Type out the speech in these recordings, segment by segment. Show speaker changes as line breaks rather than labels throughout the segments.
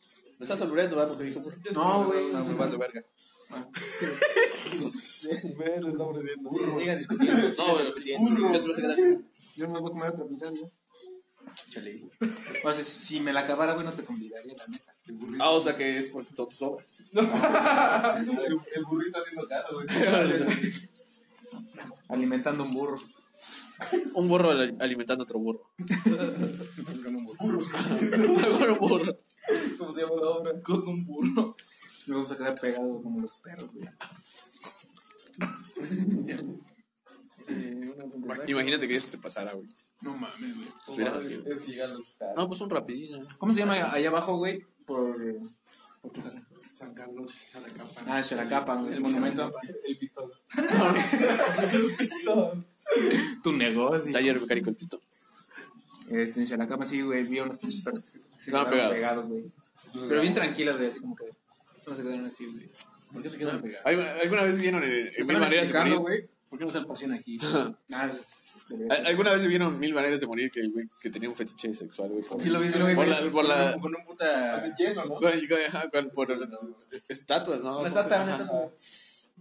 Me estás albureando, ¿verdad? Porque dijo, "Pues, puta.
No, güey.
No, me mando verga.
Bueno, estamos diciendo.
Sigan discutiendo.
No, güey, lo que tienes. Ya te vas a quedar.
Yo me voy a comer otra mitad, ¿no? Chale. O sea, si me la acabara, güey, no te convidaría, la neta. El burrito.
Ah, o sea que es porque son tus obras.
El, el burrito haciendo caso, güey.
Alimentando un burro.
Un burro al- alimentando a otro burro.
Burro.
Mejor un burro.
¿Cómo se llama la obra?
Con un burro.
Nos vamos a quedar pegados como los perros, güey.
Imagínate que eso te pasara, güey.
No mames, güey.
Estuvieras así, güey.
Es que llegan los
No, pues un rapidillo.
¿Cómo se llama allá abajo, güey? Por.
San Carlos. a la campana.
Ah, Xeracapan, güey. El monumento.
El pistola.
Tu negocio.
Taller mecánico el pistón.
Este, en Xeracapan, sí, güey. Vi unos pinches perros que se
Estaban
quedaron
pegados.
pegados, güey. Pero bien tranquilos, güey, así como que. No se quedaron así, güey.
¿Por qué se quedan pegados?
¿Hay- ¿Alguna vez vieron eh, Mil
Estaban
Maneras de
explicando,
Morir?
güey.
¿Por qué no se pasen aquí?
Ah, es-
¿Al- ¿Alguna vez vieron Mil Maneras de Morir que, el güey, que tenía un fetiche sexual, güey? con-
Sí lo vi, sí lo vi.
Por la- por la-
Con un puta...
Yeso, ¿no?
con- con- ajá, con- por estatuas, ¿no?
Una estatua, una
Ajá.
estatua.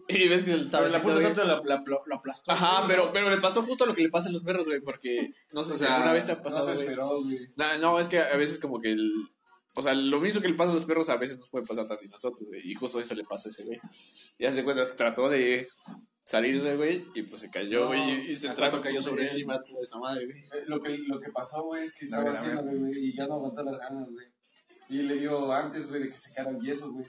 Y ves que le estaba
La
haciendo,
puta
güey.
estatua la- la- la- lo aplastó.
Ajá, pero, pero le pasó justo lo que le pasa a los perros, güey, porque no sé
O
si
sea,
alguna vez te ha
No
pasado,
se
güey.
esperó, güey. pues,
Nah, no, es que a veces como que el... O sea, lo mismo que le pasa a los perros a veces nos puede pasar también a nosotros, güey. Y justo eso le pasa a ese güey. Ya se cuenta, trató de salirse, güey, y pues se cayó,
No,
güey. y- y se
la
trató
estatua
cayó
cayó
sobre
sobre él.
encima toda esa madre, güey.
Eh, Lo que, lo que pasó, güey, es que
A
estaba
ver, a ver.
haciéndole, güey, y ya no aguantó las ganas, güey. Y le dio antes, güey, de que se cara el yeso, güey.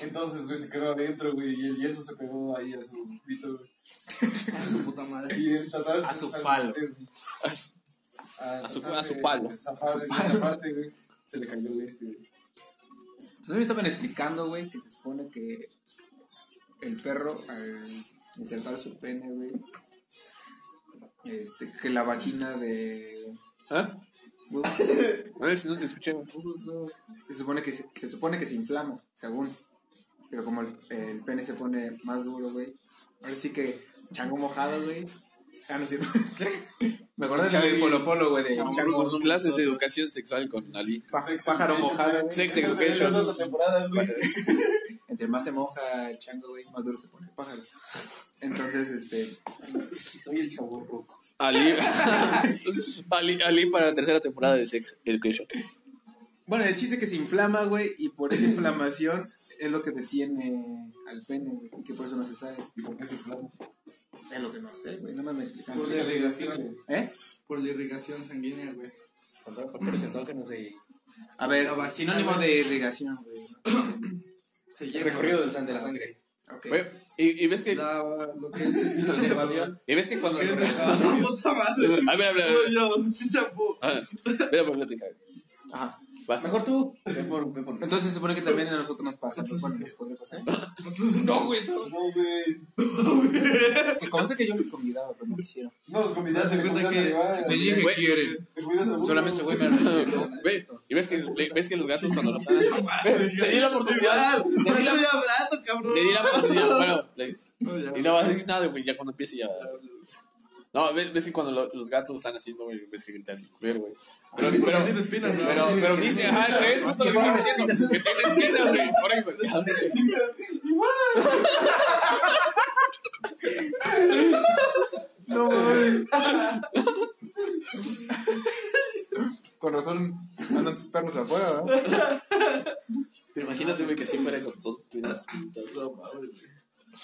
Entonces, güey, se quedó adentro, güey, y el yeso se pegó ahí a su pito, güey.
A su puta madre.
Y él trataba de
A su
de-
palo.
de- A,
A su-
tratar
a su
de-
palo.
de zafar de esa parte, güey. Se le cayó el este, güey.
Entonces me estaban explicando, güey, que se supone que el perro al insertar su pene, güey, este, que la vagina de
¿Ah?
huevos,
A ver si no te escuché, güey.
huevos, huevos, se supone que se, se supone que se inflama, según. Pero como el, el pene se pone más duro, güey. Ahora sí que chango mojado, güey. Ah, no es cierto. Me acordé de
Chavi-
Polo Polo, güey, de
Chango
chango.
mojado.
Clases de educación sexual con Ali.
pá-
Sex
pájaro
education,
mojado, güey.
Sex education.
Otra temporada, güey.
Entre más se moja el chango, güey, más duro se pone el pájaro. Entonces, este.
Soy el chavo roco.
Ali. Ali, Ali para la tercera temporada de Sex Education.
Bueno, el chiste es que se inflama, güey, y por esa inflamación es lo que detiene al pene, güey, y que por eso no se sabe.
¿Y por qué se inflama?
Es lo que no sé, güey, no me explican.
Por la irrigación.
¿Eh?
Por la irrigación sanguínea, güey.
Contra factores endógenos de...
A ver, sinónimo de irrigación, güey.
Se
El
llena.
recorrido del san de la sangre.
Ok.
Güey, y, y ves que...
La, lo que es
La elevación.
Y ves que cuando...
puta madre.
A ver, a ver, a ver.
Yo, sí, champú.
Ah, Mira por platicar.
Ajá.
Vas.
Mejor tú. Ve por... Ve por...
Entonces se supone que también a nosotros nos pasa. ¿no? Bueno, nos podría pasar.
Entonces, no, güey. no.
No, güey.
Que conste que yo les convidaba, pero no quisieron.
No, los convidaste,
Haz
le
de cuenta
convidaste
que-
a
Les dije,
Güey.
quieren.
Le cuidas al burro.
Solamente ese güey me
Ve, y ves que, le- ves que los gatos cuando los sanan. Ve, Te di la oportunidad.
No
Te di
estoy
la,
hablando, cabrón.
te di la oportunidad. Bueno, le-
No, ya.
y no vas a decir nada, güey. Ya cuando empiece ya. No, ves, ves que cuando lo- los gatos están haciendo, güey, ves que gritan bien culero, güey. Pero, pero,
Tiene espinas, ¿no?
pero, pero dice, ajá, es justo lo que están diciendo. Que tiene espinas, güey. Por ahí, güey.
Con razón andan tus perros afuera, ¿verdad?
Pero imagínate, güey, que si fuera con nosotros. tuvieras-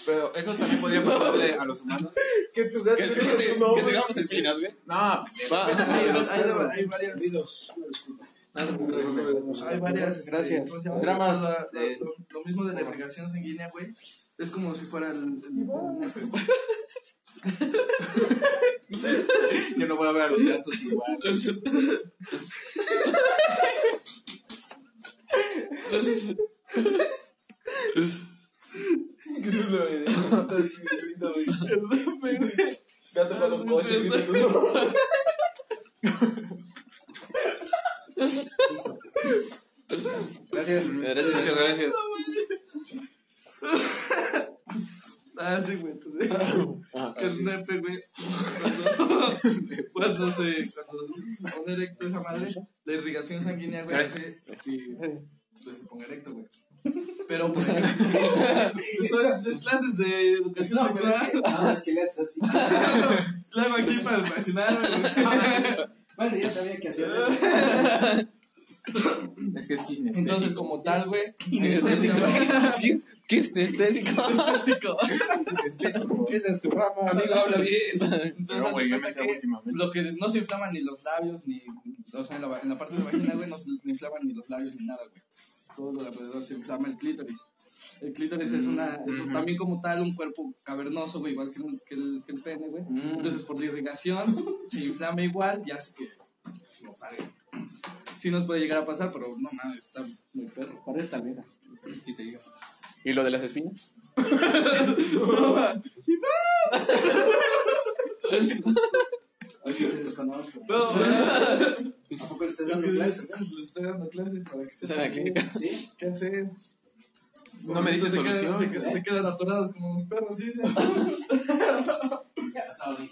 Pero eso también podría pasarle a los humanos.
Que tu
Que
gato
que
tenga
te
tu nombre.
que tengamos espinas, güey.
No,
Va.
Hay, hay- hay varias. Hay varias. este,
Gracias.
¿cómo se llama?
Dramas,
O sea, lo-
eh,
lo, lo mismo de la irrigación sanguínea, güey. Es como si fuera el. el-
yo no voy a ver a los gatos igual.
Que es una bebé. Grita, güey. Gato cuando coche, grita tu nombre.
Gracias.
Gracias.
Muchas gracias.
ah, sí, güey. entonces, Que el nepe, güey. Cuando, cuando se. Cuando se pone erecto esa madre, la irrigación sanguínea, güey, hace que pues, se ponga erecto, güey. Pero, pues, por ejemplo, son las clases de educación sexual.
Ah, es que le haces así.
Claro, aquí para imaginarme, güey.
Bueno, ya sabía que hacías eso.
Es que es kinestésico.
Entonces, como tal, güey.
¿Qué es- qué es este? kinestésico?
Clásico.
Ese es tu rama. Amigo, habla bien.
Entonces,
Pero, güey, yo me
hace
clavo
cuenta que
últimamente.
lo que no se inflaman ni los labios, ni. O sea, en la, en la parte de la vagina, güey, no se inflaman ni los labios ni nada, güey. Todo lo de alrededor se inflama el clítoris. El clítoris es una.
Mm,
es un- también, como tal, un cuerpo cavernoso, güey, igual que el, que el, que el pene, güey.
Mm.
Entonces, por la irrigación, se inflama igual y hace que. No salga. Sí nos puede llegar a pasar, pero no mames, está muy perro.
Parece talera.
Si te digo.
¿Y lo de las espinas?
Así te desconozco.
No,
¿A poco le estás dando clases?
Le estoy dando clases para que
Esa es la clínica.
Sí.
¿Qué hacer?
No me dices
Se quedan-
solución.
se quedan- Se quedan atorados como los perros, sí. sí.
Ya lo sabes.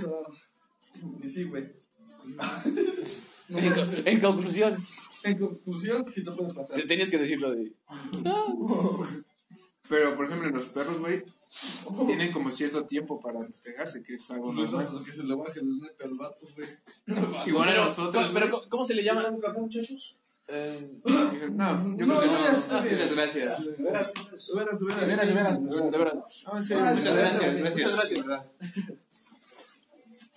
So, y sí, güey.
En co- En conclusión,
En conclusión, sí te puede pasar.
te tenías que decir lo de.
Pero, por ejemplo, los perros, güey,
Oh.
tienen como cierto tiempo para despegarse, que es algo
Eso es
normal.
lo que se le baja el nepe al vato, güey.
Igual a
Pero,
nosotros.
¿Pero ¿cómo- cómo se le llama?
un café, muchachos?
Eh,
güey. No, yo creo que no. Muchas gracias.
Verás, eso es-
Veras, veras.
Veras,
sí.
veras.
De verdad.
No, en serio, muchas gracias, gracias.
Muchas gracias.
de verdad.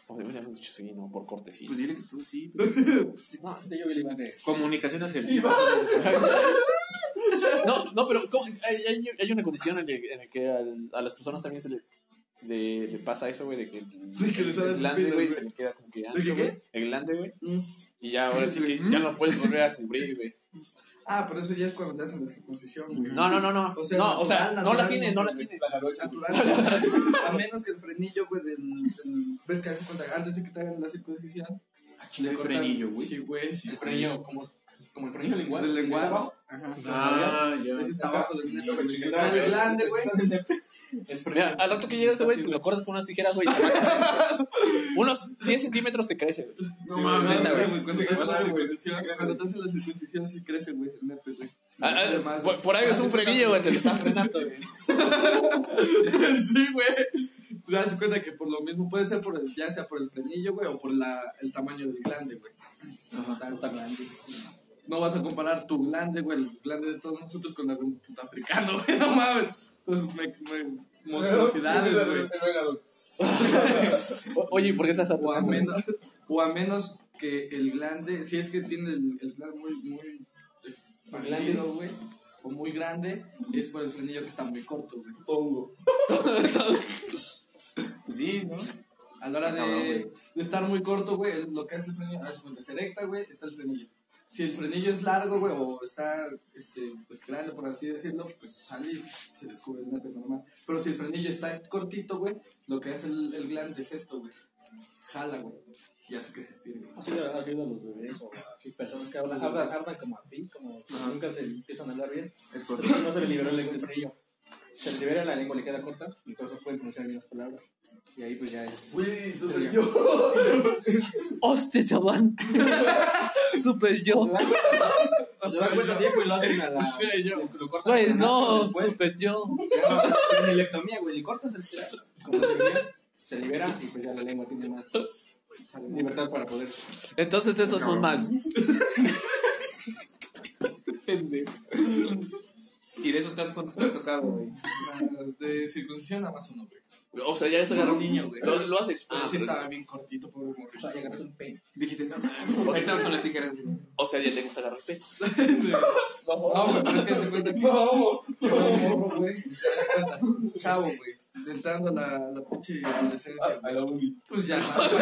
O deberíamos dicho sí, no, por cortesía.
Pues dile que tú sí.
No, te yo vi la imagen.
Comunicación asertiva.
No, no, pero ¿cómo? Hay, hay, hay una condición en la en el que al- a las personas también se le, le, le pasa eso, güey, de que el,
De que le salen
el glande, güey,
espinas,
se le queda como que
¿De
ancho,
que qué?
güey. El glande, güey. Y ya ahora sí que ya no puedes volver a cubrir, güey.
Ah, pero eso ya es cuando te hacen la circuncisión, güey.
No, no, no, no.
O sea,
no, o sea,
natural,
no la
natural,
tiene, no la
güey.
tiene.
La jarocha natural. A menos que el frenillo, güey, del. del- ¿Ves que hace cuenta? Antes de que te hagan la circuncisión.
Aquí no hay frenillo, güey.
Sí, güey. sí,
El frenillo, como, como el frenillo lingual.
El lenguado.
Ah, ya.
Ese está este abajo del nepe, güey.
chiquito.
Está muy grande, güey.
Es
Mira,
frenillo.
al rato que llegas, güey, te lo cortas con unas tijeras, güey. y te bajas. Unos 10 centímetros te crece, güey.
No
Neta,
mames,
neta,
güey,
güey.
Cuando te hacen la
Sí, güey.
circuncisión, cuando te hacen la circuncisión, sí crece, güey. el nepe, güey.
Ah, ah,
Crece más,
por, por ahí es un frenillo, güey, te lo está frenando, güey.
sí, güey. Te das cuenta que por lo mismo puede ser por el, ya sea por el frenillo, güey, o por la, el tamaño del glande, güey. Tan- tan grande. No vas a comparar tu glande, güey, el glande de todos nosotros con el de un puto africano, güey, no mames. Entonces, me, me monstruosidades, güey.
O- Oye, ¿y ¿por qué estás
O a
saturando? güey?
menos, o a menos que el glande, si es que tiene el, el glande muy, muy expandido, güey, o muy grande, es por el frenillo que está muy corto, güey.
Pues sí, ¿no?
A la hora de,
Cabrón, güey.
de estar muy corto, güey, el- lo que hace el frenillo, hace cuando se erecta, güey, está el frenillo. Si el frenillo es largo, güey, o está, este, pues grande, por así decirlo, pues sale y se descubre el nepe normal. Pero si el frenillo está cortito, güey, lo que hace el, el glande es esto, güey. Jala, güey. Y hace que se estire. güey.
Ha sido, Ah, ha sido a los bebés o a sí, personas que hablan, hablan, hablan como así, como que nunca se empiezan a hablar bien.
Es correcto.
Entonces no se le liberó el el frenillo. Se le libera la lengua, le queda corta, entonces pueden pronunciar bien las palabras. Y ahí pues ya es.
Uy, eso
soy
yo.
Hostia, chaval. Super yo.
Se da cuenta a tiempo y lo hacen a la. Lo cortan
Güey,
con la nasa
no,
después.
super yo.
Se llama cranilectomía, güey. Le cortas el cerebro, como se libera, se libera y pues ya la lengua tiene más libertad para poder.
Entonces eso es normal. ¿Y de esos casos cuántos te han tocado, güey?
De circuncisión nada más uno, güey.
O sea, ya les agarró
Un niño, güey.
Lo, lo has hecho.
Pero
Ah,
sí
pero-
estaba bien cortito, pobre
O
morrito.
sea, llegarás un peine.
Dijiste, no, ahí estamos con las tijeras. güey.
O sea, ya te gusta agarrar pene.
No, güey, pero es que se cuenta que. No, morro, güey. Se da cuenta. Chavo, güey. Entrando a la, la pinche adolescencia.
A la uni.
Pues ya sabes.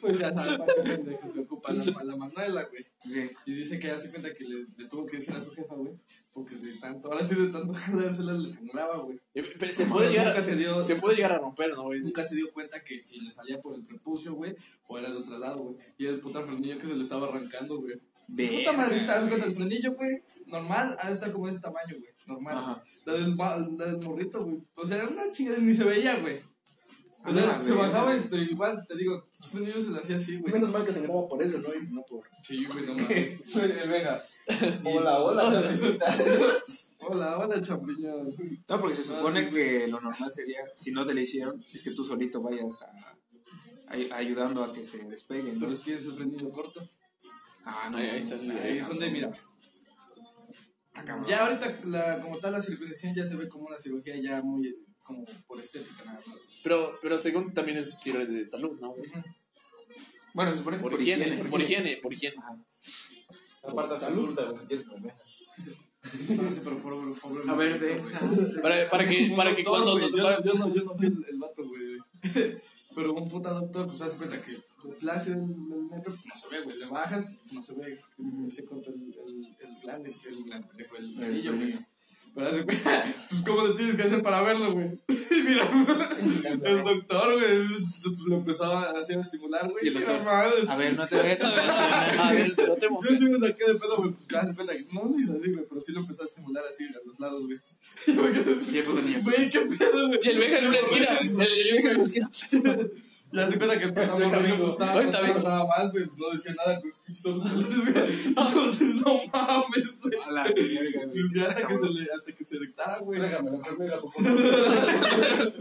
Pues ya sabes para qué pendejo se ocupa la, la Manuela, güey.
Sí.
Y dice que hace cuenta que le, le tuvo que decir a su jefa, güey. Porque de tanto, ahora sí de tanto jalársela le sangraba, güey.
Pero se puede llegar
nunca
a,
se dio-
se, puede llegar a romper, ¿no, güey?
Nunca se dio cuenta que si le salía por el prepucio, güey, o era de otro lado, güey. Y era el puta frenillo que se le estaba arrancando, güey. Puta madrita, haz cuenta el frenillo, güey. Normal, ha de estar como de ese tamaño, güey. Normal.
Ajá.
La del, ma- la del morrito, güey. O sea, era una chingada, ni se veía, güey. O sea,
Ah,
se
güey.
bajaba, y- pero igual, te digo, pues, el frenillo se le hacía así, güey.
Menos mal que se graba por eso, ¿no? Y No por.
Sí, güey, no mames.
El Vega. Hola, hola, cabecita.
Hola, hola, champiñón.
No, porque se
No,
supone
sí.
que lo normal sería, si no te le hicieron, es que tú solito vayas a, a- ayudando a que se despeguen. ¿no?
Pero es que es el frenillo corto.
Ah,
Ahí- ahí estás, ahí
Ahí es donde, mira.
está cabrón.
Ya ahorita, la, como tal, la circuncisión ya se ve como una cirugía ya muy, eh, como por estética, nada más.
Pero, pero según también es sirve de salud, ¿no, güey?
Bueno, se supone que es
Por, higiene, por higiene, por higiene.
Ajá.
Aparte, hasta insulta, güey, si quieres comer.
No sé, pero por favor.
A ver, ve.
Para, para que, para que cuando
Doctor,
nos
güey,
toca-
yo, yo no, yo no fui el, el vato, güey. Pero un puta doctor, pues hace cuenta que le hace el, el negro, pues no se ve, güey. Le bajas, no se ve. Este corta el, el, el glande, el glande, pendejo, el frenillo, güey. Pero hace cuenta, pues cómo le tienes que hacer para verlo, güey. Y Mira, el doctor, güey, pues lo empezaba a hacer estimular, güey.
Y el
Mira,
doctor,
madre.
A ver, no te ves.
A ver, Ah, a ver, no te
Yo
emociones.
sí me saqué de pedo, güey. Pues ya hace cuenta que no lo hizo así, güey, pero sí lo empezó a estimular así a los lados, güey. Y yo me quedé así.
Y el puto niño.
Güey, qué pedo, güey.
Y el Vega en una esquina. El, el Vega en una esquina.
Ya se cuenta que el puto morro no
vengo.
gustaba,
Ahorita
no estaba
vengo.
nada más, güey. No decía nada, güey. y Solo güey. Yo, no mames, güey.
A la verga, güey.
Y ya hasta
Está
que se
cabrón.
le, hasta que se dictara, güey.
Déjame, la primera, por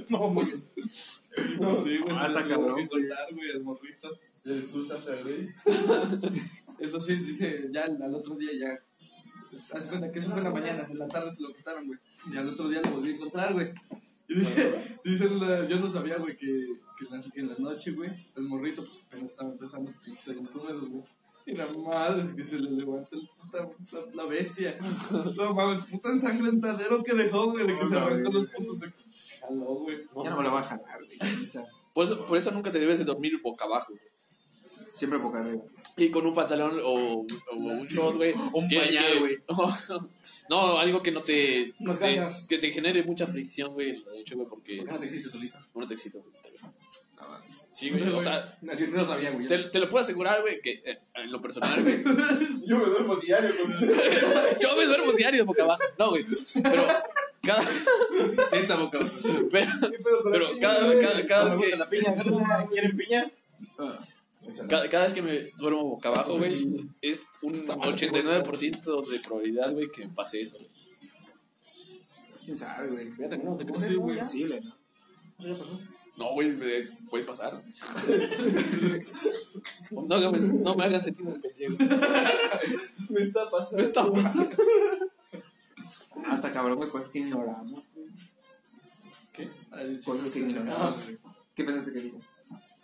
No, güey. No, sí, güey.
Ah,
se
está
le tuvo
cabrón,
que cortar, güey, el morrito.
¿Tú estás ahí?
Eso sí, dice, ya al al otro día ya. Haz cuenta que eso fue en la mañana, en la tarde se lo quitaron, güey. Y al otro día lo volví a encontrar, güey. Y dice, dice la- yo no sabía, güey, que, que en, la, que en la noche, güey, el morrito, pues apenas estaba empezando pues, a pinche los húmedos, güey. Y la madre es que se le levanta el puta, la, la bestia. No mames, puta ensangrentadero que dejó, güey, de que se
Hola,
arrancó
güey.
los puntos de se jaló, güey.
Ya no me lo va a jalar, güey. O sea,
Por eso, por eso nunca te debes de dormir boca abajo. güey.
siempre boca arriba.
Y con un pantalón o, o un short, güey.
Un
que-
pañal,
que-
güey.
No, algo que no te.
Nos
te-
cansas.
que te genere mucha fricción, güey. en la noche, güey, porque.
No te existe solito.
No te excito, güey. Sí, güey. O sea,
No, yo no lo sabía, güey.
te, te lo puedo asegurar, güey, que eh, en lo personal, güey.
Yo me duermo diario, güey.
Yo me duermo diario de boca abajo. No, güey. Pero cada.
Esta boca abajo.
Pero, pero cada, cada, cada vez que.
La piña, ¿quieren piña?
Cada, cada vez que me duermo boca abajo, güey, es un 89% de probabilidad, güey, que me pase eso. güey.
¿Quién sabe, güey?
Ya terminamos de comer.
Sí,
¿no?
güey.
Ya.
Posible, ¿no?
Ya pasó.
No, güey, me- puede pasar. No, hagan- no me hagan sentir un pendejo.
Me está pasando.
No está mal.
Hasta cabrón, güey, cosas que ignoramos. güey.
¿Qué?
Ah,
Ay,
Cosas que ignoramos. güey. ¿Qué pensaste que dijo?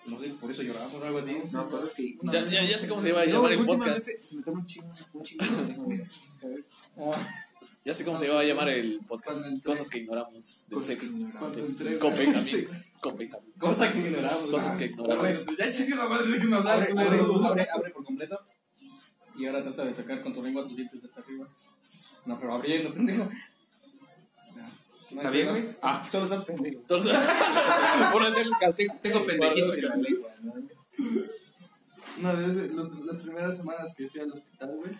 No sé, por eso lloramos o algo así.
No, cosas que.
Ya, ya, ya sé cómo se va a
No,
llamar
güey,
el podcast.
últimamente Se me toma un chingo, un chingo. de lengua, güey.
Ah.
Ya sé cómo se va a llamar el podcast.
Cuando entré-
Cosas que ignoramos del
Cosas que
sexo.
cuando
ignoramos.
entré, güey.
Copenhague. Copenhague.
Cosa que
Ah,
ignoramos.
Cosas
¿no?
que ignoramos.
Pues, Ya chingue la madre, déjenme hablar,
Abre,
güey.
abre, abre, abre por completo. Y ahora trata de tocar con tu lengua tus dientes hasta arriba. No, pero abriendo, pendejo.
¿Está bien, güey?
Ah, solo estás pendejo.
Entonces, por hacer el calcín.
Tengo pendejitos en la lengua. ¿no?
Una vez, güey, los- las primeras semanas que fui al hospital, güey,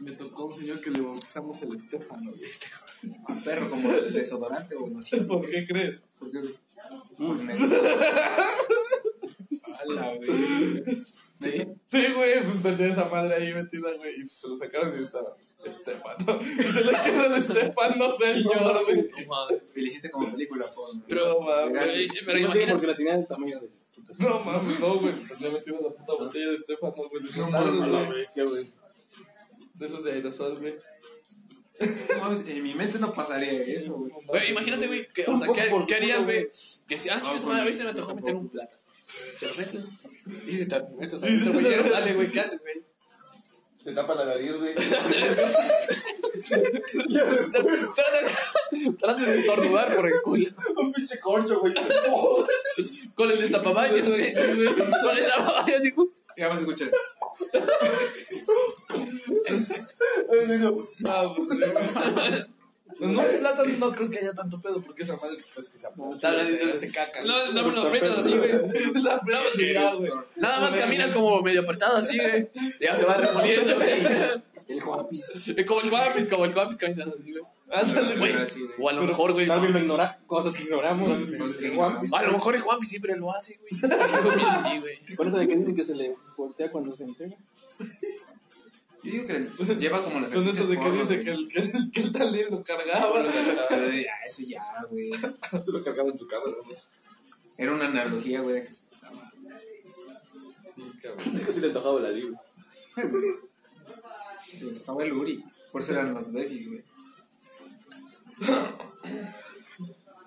me tocó un señor que le bautizamos el Estefano, güey.
A perro como el desodorante o no sé.
¿Por qué crees?
Mm. Ala, güey. Sí.
Sí, güey, pues tenía esa madre ahí metida, güey, y pues, se lo sacaron y estaba Estefano. Y se le quedó el Estefano señor, güey.
No mames.
Y le hiciste como película porno.
Pero, pero, eh, pero
No tiene
imagínate.
porque la tenía del tamaño de.
No mames, no, güey, pues le metieron la puta botella de Estefano, güey. de
No
esos lados,
mames,
güey,
Sí, güey.
De esos de aerosol, güey.
No mames, en mi mente no pasaría eso, güey.
Güey, imagínate, güey, que, o sea, ¿qué, qué harías, güey? Que si, ah, chicos, madre, hoy se me antojó meter un plata. Te lo metes. Y si te lo metes, o sea, este güey ya no sale, güey, ¿qué haces, güey?
Te tapa la nariz, güey.
Tratas- Tratas de estornudar por el culo.
Un pinche corcho, güey.
Con el destapabaños, güey. Con el destapabaños, digo.
Y además escuché.
Ay, digo,
Pues no, plata no creo que haya tanto pedo porque esa madre pues que se apunta.
Está haciendo caca. No, no, lo aprietas así, güey. Nada más- Nada más caminas como medio apartado así, güey. Ya se va reponiendo, güey.
El guapis.
Como el guapis, como el guapis caminas así, güey.
Ándale,
Güey,
güey.
O a lo mejor, güey.
Tal vez lo ignora. Cosas que ignoramos.
pues,
cosas que
El
ignoramos.
guapis.
A lo mejor el Juanpi siempre lo hace, güey. Sí, güey.
Por eso de que dicen que se le voltea cuando se entrega.
Yo digo que lleva como las
Con eso de que
actrices
dice
porno,
que el, que el, que el talento lo cargaba.
güey. Ay, ah, eso ya, güey.
Se lo cargaba en tu cámara, güey.
Era una analogía, güey. de que-
Es que se le antojaba la libre.
Se le tocaba el Uri. Por eso eran los babies, güey.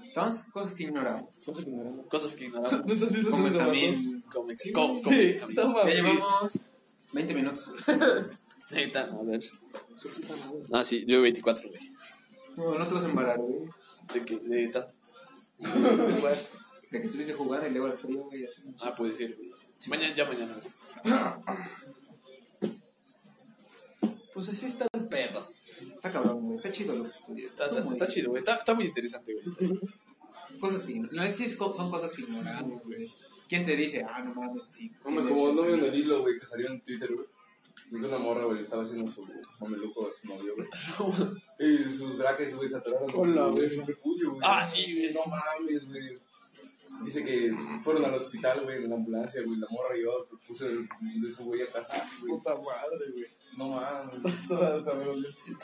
Entonces, cosas que ignoramos.
Cosas que ignoramos.
Cosas que ignoramos.
No sé si lo
Como el
siento,
Jamín.
Como
Sí,
como-
sí,
como-
está
Ya
mal.
llevamos 20 minutos.
Neta, a ver. Ah, sí, yo 24, güey.
Con otros embarazos, güey.
De que- de tan-
Pues, De que estuviste jugando y luego al frío, güey. así.
Ah, puede ser. Sí, mañana, ya mañana, güey.
Pues así está el pedo.
Está cabrón, güey. Está chido lo que estudias.
Está, está- está chido, güey. Está, está muy interesante, güey.
Cosas que ignoramos. No, sí es co- son cosas que ignoramos, güey. ¿Quién te dice? Ah, no mames, sí.
Como es como un novio en el hilo, güey, que salió en Twitter, güey. Y que una morra, güey, le estaba haciendo su mameluco a su novio, güey. Y sus brackets, güey, se atoraron. con
Hola,
su-
güey.
su prepucio, güey.
Ah, sí, güey.
No mames, güey. Dice que fueron al hospital, güey, en la ambulancia, güey. La morra yo puse de su güey a casa, güey.
Puta madre, güey.
No mames.
Eso va a saber un pito.
Y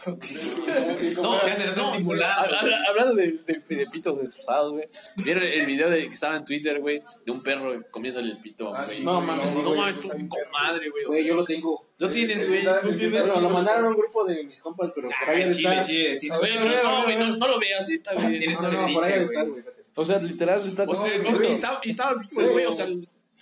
como-
No,
Ya se les está
no,
estimulando,
habla- habla- hablando de, de- de pitos destrozados, güey. ¿Vieron el video de, que estaba en Twitter, güey? De un perro comiéndole el pito,
Ah,
güey.
sí,
No
güey,
mames, sí,
No
güey,
mames,
eso
tú
está bien perro.
comadre, güey. o
Güey,
sea,
yo lo tengo.
Lo tienes, güey.
Está-
Güey,
está-
Bueno, lo mandaron a un grupo de mis compas, pero por ahí ha de estar.
Chile, tienes
pero no, güey, no, no lo veas, neta, güey.
Tienes
No,
una
no, por ahí
bendicha,
ha de
güey.
estar, güey.
O sea, literal está
O
todo.
sea, no, y estaba, y estaba vivo, güey. O sea,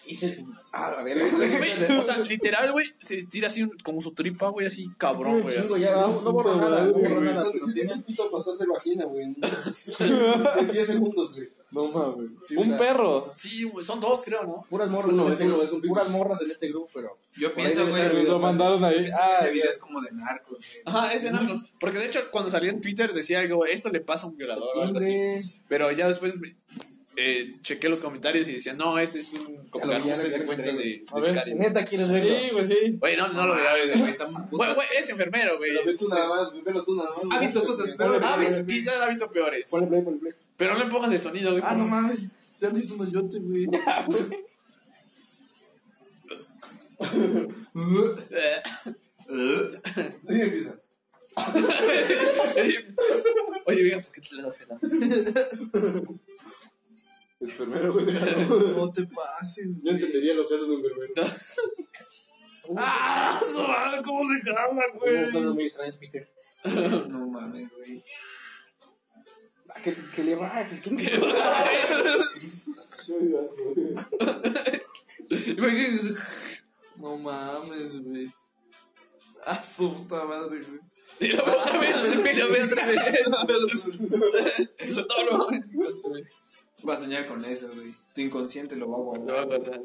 Y se.
Ah, la verga.
güey, o sea, literal, güey, se tira así un- como su tripa, güey, así cabrón, güey.
Chingo
así.
ya, no, no borro nada, no borro nada.
Entonces, si tiene el pito, pasó a ser vagina, güey. En 10 segundos, güey.
No mames.
Sí,
Un
una-
perro.
Sí, güey, son dos, creo, ¿no?
Puras morras,
uno,
en
es
este
uno,
grupo,
es un pico.
puras morras en este grupo, pero.
Yo
Por ahí
Este
pienso,
debe
güey.
estar, güey,
Lo mandaron ahí.
pienso que
Ah,
ese video es como de narcos, güey.
Ajá, es de narcos. Porque de hecho, cuando salió en Twitter decía algo, esto le pasa a un violador o algo así. Pero ya después eh, chequé los comentarios y decían, no, ese es un como que ajuste de cuentas de, de
A ver,
Sicario.
Neta, quieres verlo.
sí, güey, sí.
Güey, no, no lo veas, güey.
Está muy puto.
Güey, güey, es enfermero, güey.
Pero ve tú nada más, velo tú nada más.
Ha
güey.
visto cosas, pero.
Ha visto- quizás ha visto peores.
Ponle play, ponle play.
Pero no le pongas el sonido, güey.
Ah, no mames. Ya le hizo un hoyote, güey.
Eh,
Y empieza.
Oye, mira, ¿por qué te le das el
Enfermero, güey.
No te pases,
Yo entendería lo que hace un enfermero.
¡Ah! su madre, ¿Cómo le jala,
Unas
güey?
cosas muy extrañas, Peter.
No mames, güey.
Ah, Que, que le bajes. ¿Qué
Imagínense,
No mames, güey. Ah, su puta madre, güey.
y la otra vez, y la vez, otra vez. No, no, güey.
Va a soñar con eso, güey. Tu inconsciente lo va a
Lo va a
guardar.
guardar.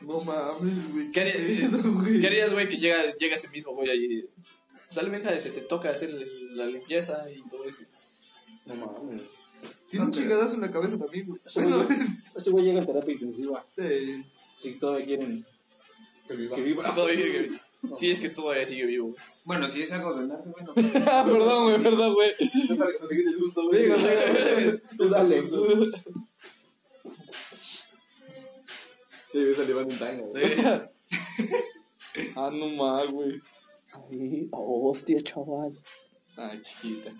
No mames, güey.
¿Qué harías,
güey?
¿Qué harías, güey, que llega, llega ese mismo güey ahí? Sale, venga, se te toca hacer la limpieza y todo eso.
No mames.
Tiene un chingadazo en la cabeza también, güey.
Ese güey llega en terapia intensiva.
Eh,
Si todavía quieren
Que viva.
que
Si
viva.
todavía sigue vivo. Sí, es que todavía sigue vivo.
Bueno, si es algo de narcos, bueno.
Ah, perdón, güey, perdón, güey.
No para que te quite el gusto, güey.
Dale.
Y ves a Levan en tanga, güey.
Ah, no mames, güey.
Ay, hostia, chaval.
Ay, chiquita.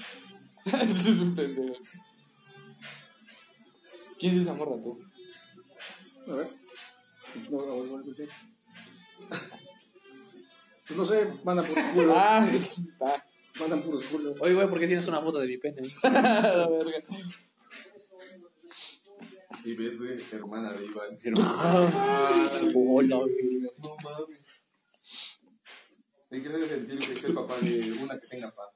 Ese es un pendejo. ¿Quién es esa morra, tú?
A ver. No, a ver, a ver, Pues no sé, van a por culo.
Ah, ah,
Mandan puros culos. Ah,
Oye, güey, ¿por qué tienes una foto de mi pene?
La verga.
Y ves, güey, hermana de Iván.
Hola,
No mames. ¿Y qué sabe sentir que ser papá de una que tenga paz?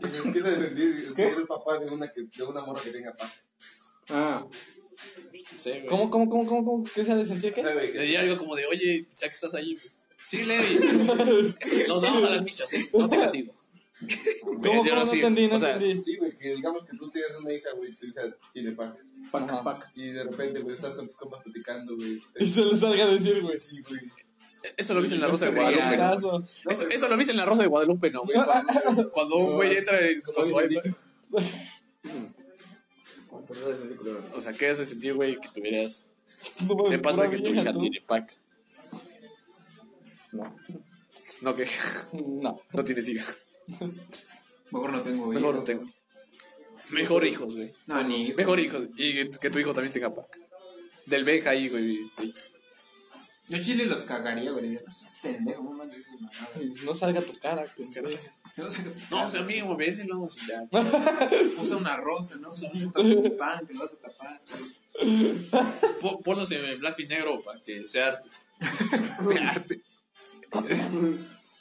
¿Qué sabe sentir ser el papá de una, que, de una morra que tenga paz?
Ah,
¿Cómo, cómo, cómo, cómo, cómo? ¿Qué se ha de sentir? ¿Qué?
¿Sabe?
Le di algo como de, oye, ya que estás ahí, pues. Sí, Levi. Nos vamos a las michas, ¿eh? No te castigo.
¿Cómo, cómo? No entendí, no
o sea,
entendí.
Sí, güey, que digamos que tú tienes una hija, güey, tu hija tiene paz.
Ajá.
Y de repente, güey, estás con tus compas platicando, güey.
Y se le salga a decir, güey.
Sí, güey.
Eso lo viste en la Rosa de Guadalupe. ¿no?
Putazo.
Eso, eso lo viste en la Rosa de Guadalupe, ¿no, güey? Cuando- Cuando un güey entra en su- con su iPad. O sea, ¿qué hace sentir, güey, que tuvieras.
No mames,
Sepas,
pura
güey, que tu
vieja,
hija
tú.
tiene pack. No. No, que
No.
no tienes hija.
Mejor no tengo
Mejor no
hijos.
tengo. Mejor hijos, güey.
No, ni.
Mejor hijo. Y que tu hijo también tenga pack. Del Benja ahí, güey.
Yo chile los cagaría, güey. No seas pendejo, no manches esa mamada.
No salga tu cara, güey.
Yo No sé qué-
No, o sea, mínimo, no, ya.
Usa una rosa, ¿no? Usa un pan, te vas a tapar.
Po- Ponlos en black y negro para que sea arte.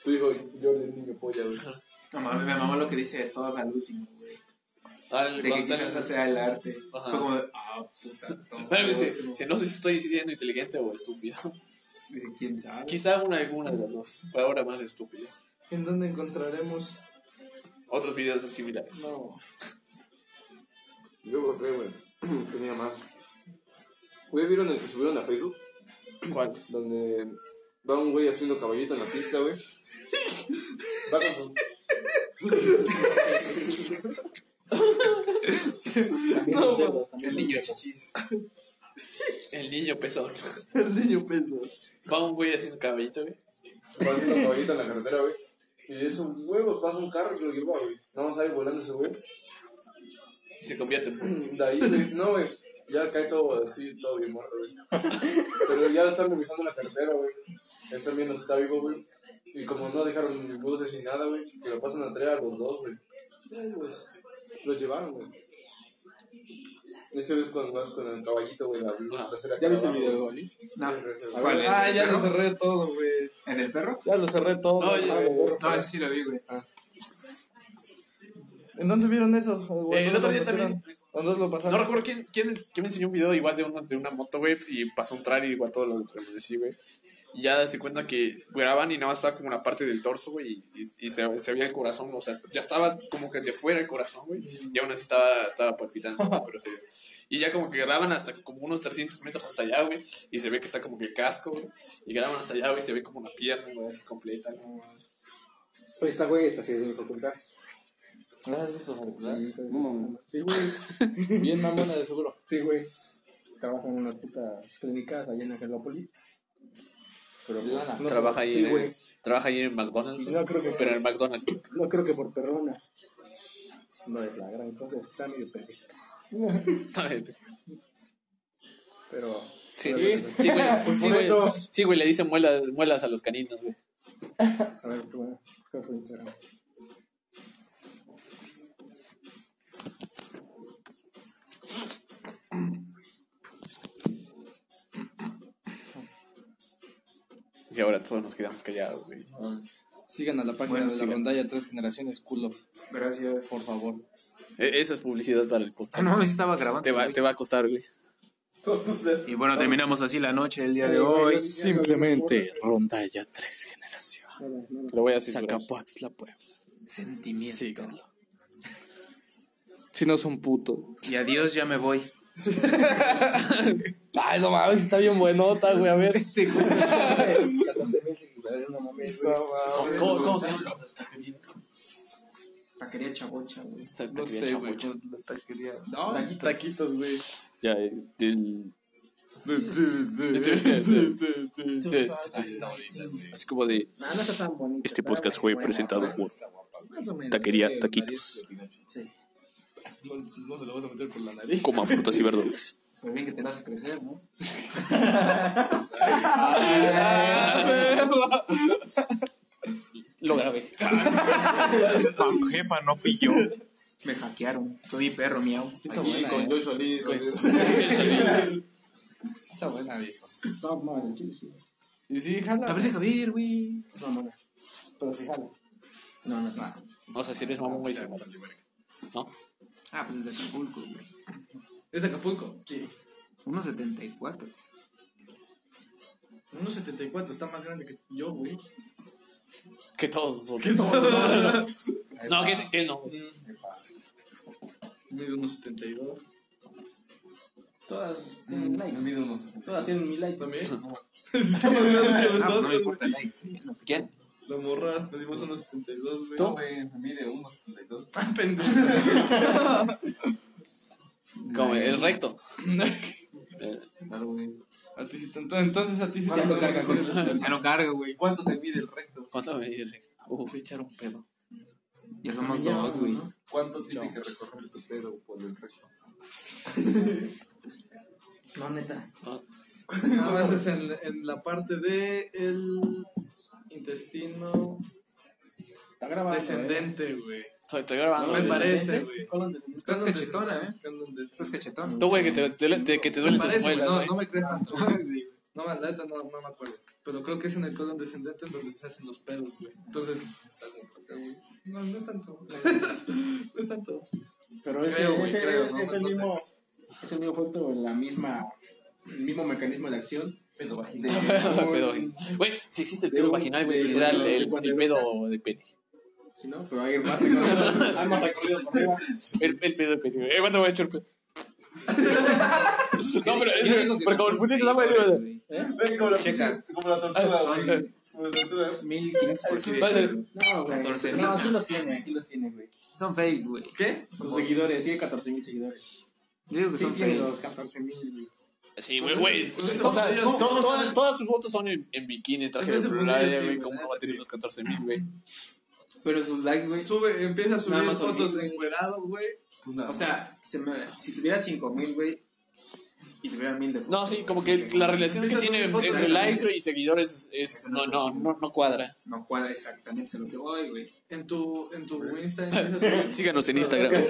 Tu hijo, Jordan, niño polla, güey.
No mames, me mamó lo que dice de todo al último, güey.
Ah,
De que
cuando
quizás
salen-
sea el arte.
Ajá.
Fue como de, ah, puta, todo.
Bueno, pues dice,
eso.
dice, no sé si estoy siendo inteligente o estúpido.
Dice, quién sabe.
Quizá una, alguna de las dos, pero ahora más estúpido.
¿En dónde encontraremos?
Otros videos similares.
No.
yo creo, güey. Tenía más. Güey, ¿vieron el que subieron a Facebook?
¿Cuál?
Donde va un güey haciendo caballito en la pista, güey. Va con su.
El niño chichis.
El niño pezón.
El niño pensó.
Va un güey haciendo cabellito, güey.
Va haciendo caballito en la carretera, güey. Y de esos huevos pasa un carro que lo lleva, güey. Nada más sale volando ese güey.
Y se convierte en.
De ahí, güey, no, güey. Ya cae todo así, todo bien muerto, güey. Pero ya lo están revisando en la carretera, güey. Están viendo si está vivo, güey. Y como no dejaron ni luces ni nada, güey, que lo pasan a traer a los dos, güey. Ay, güey, Los llevaron, güey. Es que ves cuando vas con el caballito, güey, la luz trasera
¿Ya viste el
acá abajo,
video,
güey.
Oli?
No.
A
¿Cuál?
ver,
¿El
Ah,
del
ya lo
perro?
cerré todo, güey.
¿El del perro?
Ya lo cerré todo.
No, ya,
Ah, güey.
No, ese sí lo vi, güey.
Ah. ¿En dónde vieron eso? ¿O
Eh, el
dónde
otro
lo
día
pasaron? ¿O ¿Dónde lo
No
pasaron?
recuerdo quién, quién, quién me enseñó un video igual de una, de una moto, güey, y pasó un trailer igual todo lo que sí, güey. Y ya se cuenta que graban y nada más estaba como la parte del torso, güey, y, y- y se, se veía el corazón, o sea, ya estaba como que de fuera el corazón, güey, y aún así estaba, estaba palpitando, güey, pero se Y ya como que graban hasta como unos 300 metros hasta allá, güey, y se ve que está como que el casco, güey, y graban hasta allá, güey, y se ve como una pierna, güey, así completa, ¿no?
Pues esta güey, esta sí es de mi facultad.
Gracias por recordar.
No mames. Sí, güey.
Bien mamona de seguro.
Sí, güey. Trabajo en una puta clínica allá en Angelópolis. Pero pues,
Lana.
no-
trabaja, ahí
sí,
en,
güey.
trabaja ahí en McDonald's,
No creo que-
pero en el McDonald's.
No creo que por perrona. No es la gran, entonces está medio pendejo. Pero.
Sí, sí,
pero-
güey, sí,
Por
güey,
eso-
sí, güey, le dicen muelas, muelas a los caninos, güey.
A ver, tú, eh, ¿cuál fue Instagram?
Y ahora todos nos quedamos callados, güey.
Sigan a la página
Bueno,
de la
sigan.
rondalla Tres Generaciones, culo,
Gracias.
por favor.
E- Esa es publicidad para el podcast.
Ah, no, sí estaba grabando.
Te va,
güey.
te va a costar, güey.
Y bueno, terminamos así la noche el día de
güey,
hoy.
yo Simplemente
rondalla tres generaciones. Te lo voy a censurar.
Sacapuax la puebla.
Sentimiento.
Síganlo. Si no son putos.
Y adiós, ya me voy.
Ay, no mames, está bien buenota, güey. A ver.
Este güey.
14.000 seguidores, no mames, güey.
¿Cómo, cómo se llama?
Taquería chabocha, güey.
No sé, güey. con la taquería. No, taquitos, güey.
Ya, eh, del-
Ah,
Así como de
No, no está tan bonito.
este
está
podcast fue
bueno,
presentado por
Más o menos.
Taquería Taquitos,
No, no se lo vas a meter por la nariz.
coma frutas y verduras.
Pero bien que te la hace crecer, ¿no?
Lo grabé.
Mam, jefa, no fui yo.
Me hackearon. Soy mi perro, miau.
Está
Aquí
buena,
con
eh.
Joy Solís. con-
Está buena, viejo. Está mal, chile, sí. Y sí, jala.
A ver, deja ver, güey.
No, no, Pero sí, jala.
No, no, no.
o sea, si eres mamón, güey. sí. ¿No?
Ah, pues desde Acapulco, güey.
¿Es de Acapulco?
1.74.
1.74, está más grande que yo, güey.
Que todos nosotros. No, que, es- que no.
Mide 1.72.
Todas tienen like.
Mide unos.
Todas tienen mi like
También.
también. Ah,
Está más grande que
Ah, pues no me
nosotros, güey.
importa el like. sí.
¿Quién?
La morra, medimos 1.72, güey.
¿Tú?
güey, Mide unos 72.
Ah, pendejo.
Como el recto. Eh,
Claro, güey.
A ti sí te- Entonces a ti sí te
Bueno,
lo carga con
Ya no carga, güey.
¿Cuánto te mide el recto?
¿Cuánto me dice el recto? Uh,
Voy a echar un pedo.
Ya somos dos, güey.
¿Cuánto tiene que recorrer tu pelo por el recto?
No, neta.
Nada más es en, en la parte de el intestino
Está grabado.
descendente, güey.
estoy, estoy
No
grabando.
me
güey.
¿eh? parece, güey.
Estás cachetona, ¿eh?
Buscando el
Estás
descendente.
cachetón.
Tú, güey, que te, te- te- que te
Me
duelen tus
parece, güey.
muelas,
No,
güey.
no me crees tanto. No, la neta no, no me acuerdo. Pero creo que es en el colon descendente en donde se hacen los pedos, güey. Entonces, no, no es tanto. No es tanto.
Pero ese,
Creo, güey,
ese-
creo, no,
es el
no sé.
mismo. Es el mismo efecto, la misma. El mismo mecanismo de acción, pero bajito.
Pedo vagin- Güey, si existe el
de
pedo
un-
vaginal, güey,
de
existirá el,
cuando-
el-
cuando
el
eructas.
pedo de pene.
Sí, ¿no? Pero hay más recorrido- hay más recorrido por arriba.
El, el pedo de pene. güey. Eh, ¿Cuánto me ha hecho el pedo? No, pero
Yo digo
es
que
pero como
pues
tampoco
el pusiste
sí,
la güey,
güey.
güey.
Ven, como la,
Checa.
como la tortuga,
Ah,
güey. Como la tortuga.
1500 por
Va a
sí.
ser-
No, güey.
14.000.
No, sí los tiene, sí los tiene, güey.
Son fake, güey.
¿Qué? Sus seguidores, sí, 14 mil seguidores.
Yo digo que
Sí,
son
tiene
fake.
los 14 mil.
Sí,
Pues
güey, güey. O sea,
ellos-
to-
todos
todas, todas sus fotos son en, en bikini, en traje de
Entonces, pues,
playa,
sí,
güey.
güey,
¿Cómo no va a tener los 14 mil, güey?
Pero sus likes, güey.
Sube, empieza a
Nada
subir
más
fotos
hormigas.
encuerado, güey.
Pues
O sea, se me- si tuviera 5000, güey. Y tuviera 1000 de fotos. pues
No, sí, como
güey,
que la relación que
Esas
tiene
fotos
entre
eran-
likes güey, y seguidores es, es- no, no, no, no cuadra.
No cuadra exactamente lo que voy, güey.
En tu, en tu Insta empieza a subir.
Síganos en Instagram.
En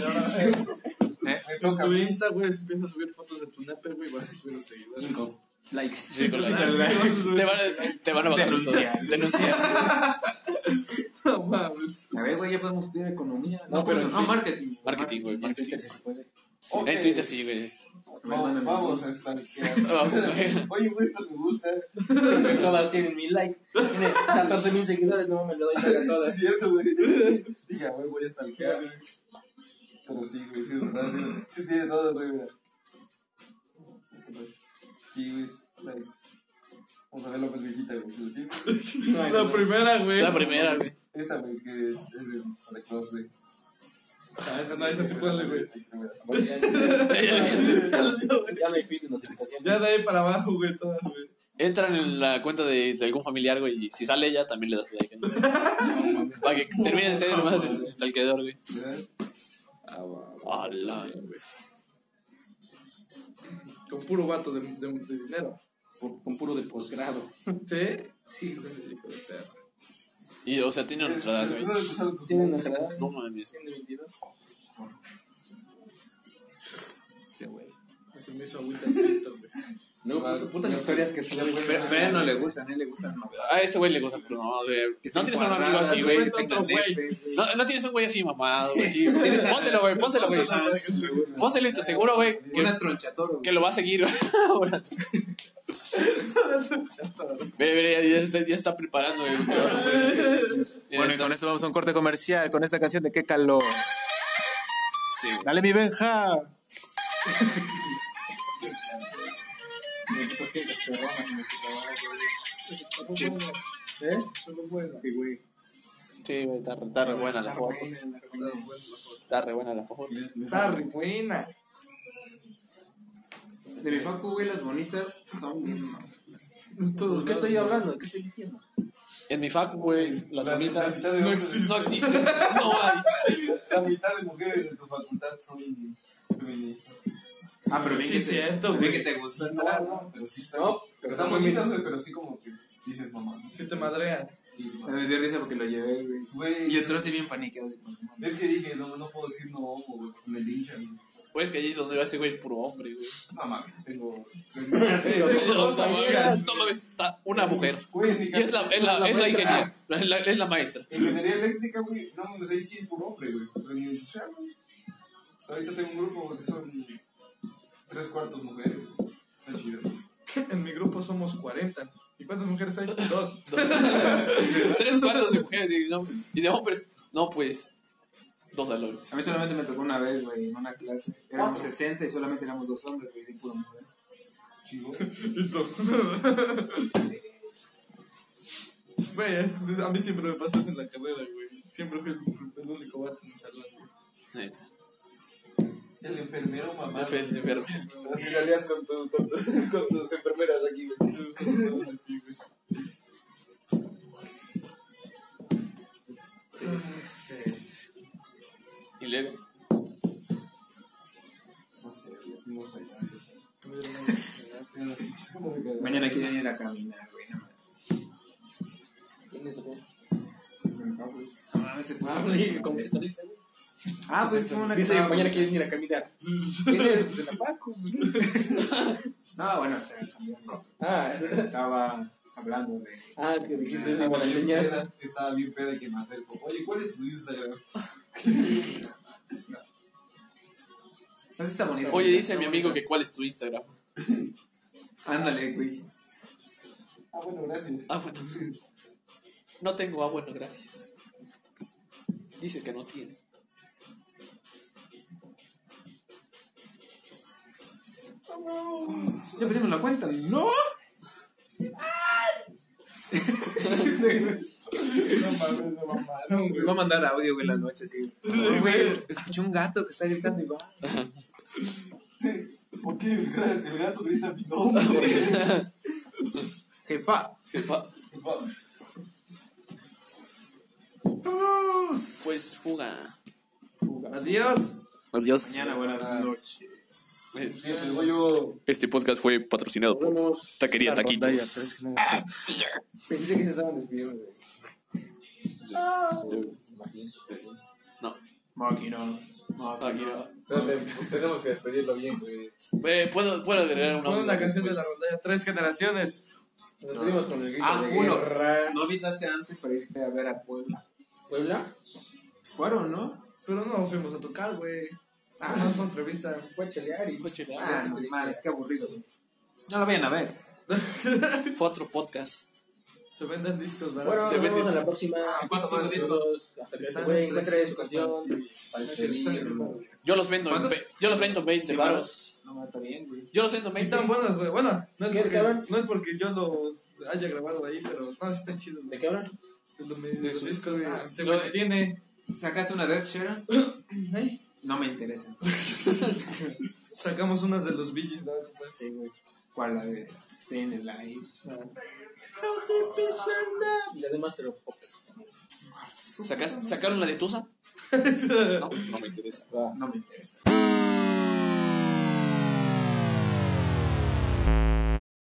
tu Insta, güey, empieza a subir fotos de tu nepe, güey, vas a subir los seguidores.
Likes.
Sí, con likes. Te van, a- te van a bajar todo.
Denuncia.
Denuncia.
No mames.
A ver, güey, ya podemos estudiar economía.
No, pero-
no, marketing.
Marketing, güey.
En
marketing.
Twitter sí se puede.
Ok,
En Twitter sí, güey.
Vamos, vamos a estar
Vamos a ver.
Oye, güey, esto me gusta.
Todas tienen mil like. Tiene 14 mil seguidores, no me lo doy para
Es
todas.
cierto, güey. Dije, güey, voy a stalkear. Pero sí, güey, sí, es verdad. sí, Sí, tiene todo, güey, mira. Sí, güey. like. Vamos a ver López Viejita, güey. ¿sí lo tiene?
La primera, güey.
Ah,
La primera, güey.
Esa, güey, que es, es de Santa Claus, güey.
Ah, esa no, esa sí ponle, güey.
Bueno,
Ya no hay feed de notificación.
Ya de ahí para abajo, güey, todas, güey.
Entran en la cuenta de, de algún familiar, güey, y si sale ella, también le das like. ¿no? Para que termine de ser más es- stalkeador, güey.
ya, ya.
Ala, güey.
Con puro vato de, de, de dinero.
Por- Con puro de posgrado.
¿Sí? Sí, güey. hijo de perra.
Y, o sea, tiene nuestra edad, güey.
Primero empezar con-
Tienen nuestra edad.
No mames.
122.
Sí, güey.
Se me hizo agüita el pito, güey.
Luego,
Vale.
putas historias que suben.
Pero, pero no le gustan, a él le gustan. No,
A ese güey le gusta, pero no, güey. No tienes un amigo
cuadradas,
así, güey.
que
Otro
tengan
güey.
nepes, güey.
No, no tienes un güey así mamado, güey. sí. Pónselo, güey, pónselo, güey.
Ah,
Pónselo y te aseguro, güey, que,
Una tronchatoro, güey.
que lo va a seguir ahora. Mira, mira, ya, ya, se está, ya se está preparando, güey. lo que vas a poner. Mira,
Bueno, y
está-
con esto vamos a un corte comercial con esta canción de qué calor.
sí, güey.
Dale mi Benja.
¿Eh?
Solo bueno.
Sí, güey.
Sí, güey, está, re- está re buena la foto. Está re buena la foto.
Está re buena.
De mi facu, güey, las bonitas son bien mal.
¿Por qué estoy hablando? ¿Qué estoy diciendo?
En mi facu, güey, las
La- la
bonitas
mitad de
no
hombres.
existen. No existen. No hay.
La mitad de mujeres de tu facultad son feministas.
Ah, pero bien
Sí,
que
cierto,
te,
güey.
bien que te gustó
No,
entrar.
no, pero sí están.
No,
pero están bonitas, güey, pero sí como que. dices, no mames.
Si te madrean.
Sí, no.
Me dio risa porque lo llevé, güey.
Güey,
Y entró así bien paniqueado. así como, "No,
es que dije, no, no puedo decir no homo, güey, me linchan. güey.
Güey, es Pues que allí es donde va ese güey, puro hombre, güey.
No mames, tengo...
Pero, o sea, güey, No mames, está una mujer.
Güey, en mi
Y es la, es la, es la ingeniera, la- la- es la maestra.
Ingeniería eléctrica, güey, no mames, ahí sí es por hombre, güey. Pero en el chat, güey. Ahorita tengo un grupo güey, que son tres cuartos mujeres. güey. Está chido.
En mi grupo somos 40. ¿Y cuántas mujeres hay? Dos.
Tres cuartos de mujeres y, no, y de hombres. No, pues, dos
A mí
valores.
solamente me tocó una vez, güey, en una clase. Éramos
Cuatro.
60 y solamente éramos dos hombres, güey, de puro mujer.
Chido.
Güey, es- a mí siempre me pasó eso en la carrera, güey. Siempre fui el, el único vato en el salón. güey.
Neta.
El enfermero, mamá.
Más fe- enfermo.
Así la lias con, tu, con, tu- con tus enfermeras aquí, güey.
Y luego,
No sé, güey, no sé. ya, ya sé. Es como de que-
Mañana quieren ir a caminar, güey, no mames. No mames, se puso. Ah, pues hicimos una
Dice,
clase.
mañana quieren ir a caminar. ¿Quién es? De la Paco.
No, bueno, o sea, también, no.
Ah,
estaba hablando de.
ah, que dijiste
Estaba
como la
bien
enseñaste.
peda, Estaba bien peda que me acerco. Oye, ¿cuál es tu Instagram?
No sé, está bonito.
oye, dice mi amigo que cuál es tu Instagram.
Ándale, güey.
Ah, bueno, gracias.
Ah, bueno. No tengo, ah, bueno, gracias. Dice que no tiene.
Ya pedimos la cuenta, ¿no?
No mames, no mames.
Me va a mandar audio, güey, la noche, así. Güey, escuché un gato que está gritando y va.
¿Por qué el gra- el gato grita mi nombre?
Jefa.
Jefa,
Vamos.
Pues fuga.
Adiós.
Adiós.
Mañana, buenas noches.
El rollo
Este podcast fue patrocinado por Taquería Taquitos.
Pensé que se estaban despidiendo, güey.
No,
Máquina.
aquí
Máquina.
no.
Espérate, tenemos que despedirlo bien, güey.
Eh, ¿puedo, puedo agregar una,
Pon una canción de la
después?
rondalla. Tres generaciones. Nos despedimos con el grito
Ah,
de
uno.
guerra.
¿No avisaste antes para irte a ver a Puebla?
¿Puebla?
Fueron, ¿no?
Pero no fuimos a tocar, güey. Ah, no fue entrevista.
Fue a chelear y.
Fue chelear.
Ah, no, mal, es que aburrido, güey. No lo vayan a ver.
Fue otro podcast.
Se venden discos, ¿verdad?
Bueno,
Se
nos
vende.
vemos en la próxima.
¿Cuánto fue tu disco?
Hasta que este güey encuentre su canción.
Yo los vendo en ve- yo los vendo en 20 varos.
No mata bien, güey.
Yo los vendo en 20.
Están buenas, güey. Bueno, no es,
¿Qué,
porque,
cabrón?
no es porque yo los haya grabado ahí, pero no, sí están chidos.
¿De
güey.
qué hablan?
De los, de los discos, güey. Este
Lo-
güey lo tiene.
ah. ¿Sacaste una Death Sharon?
¿eh?
No me interesa.
Sacamos unas de los billes, ¿no?
Sí, güey. ¿Cuál la de Stay in the Light?
Ah.
Y las demás te lo
¿Sacas- ¿Sacaron la de Tusa? No, no me interesa.
No me interesa.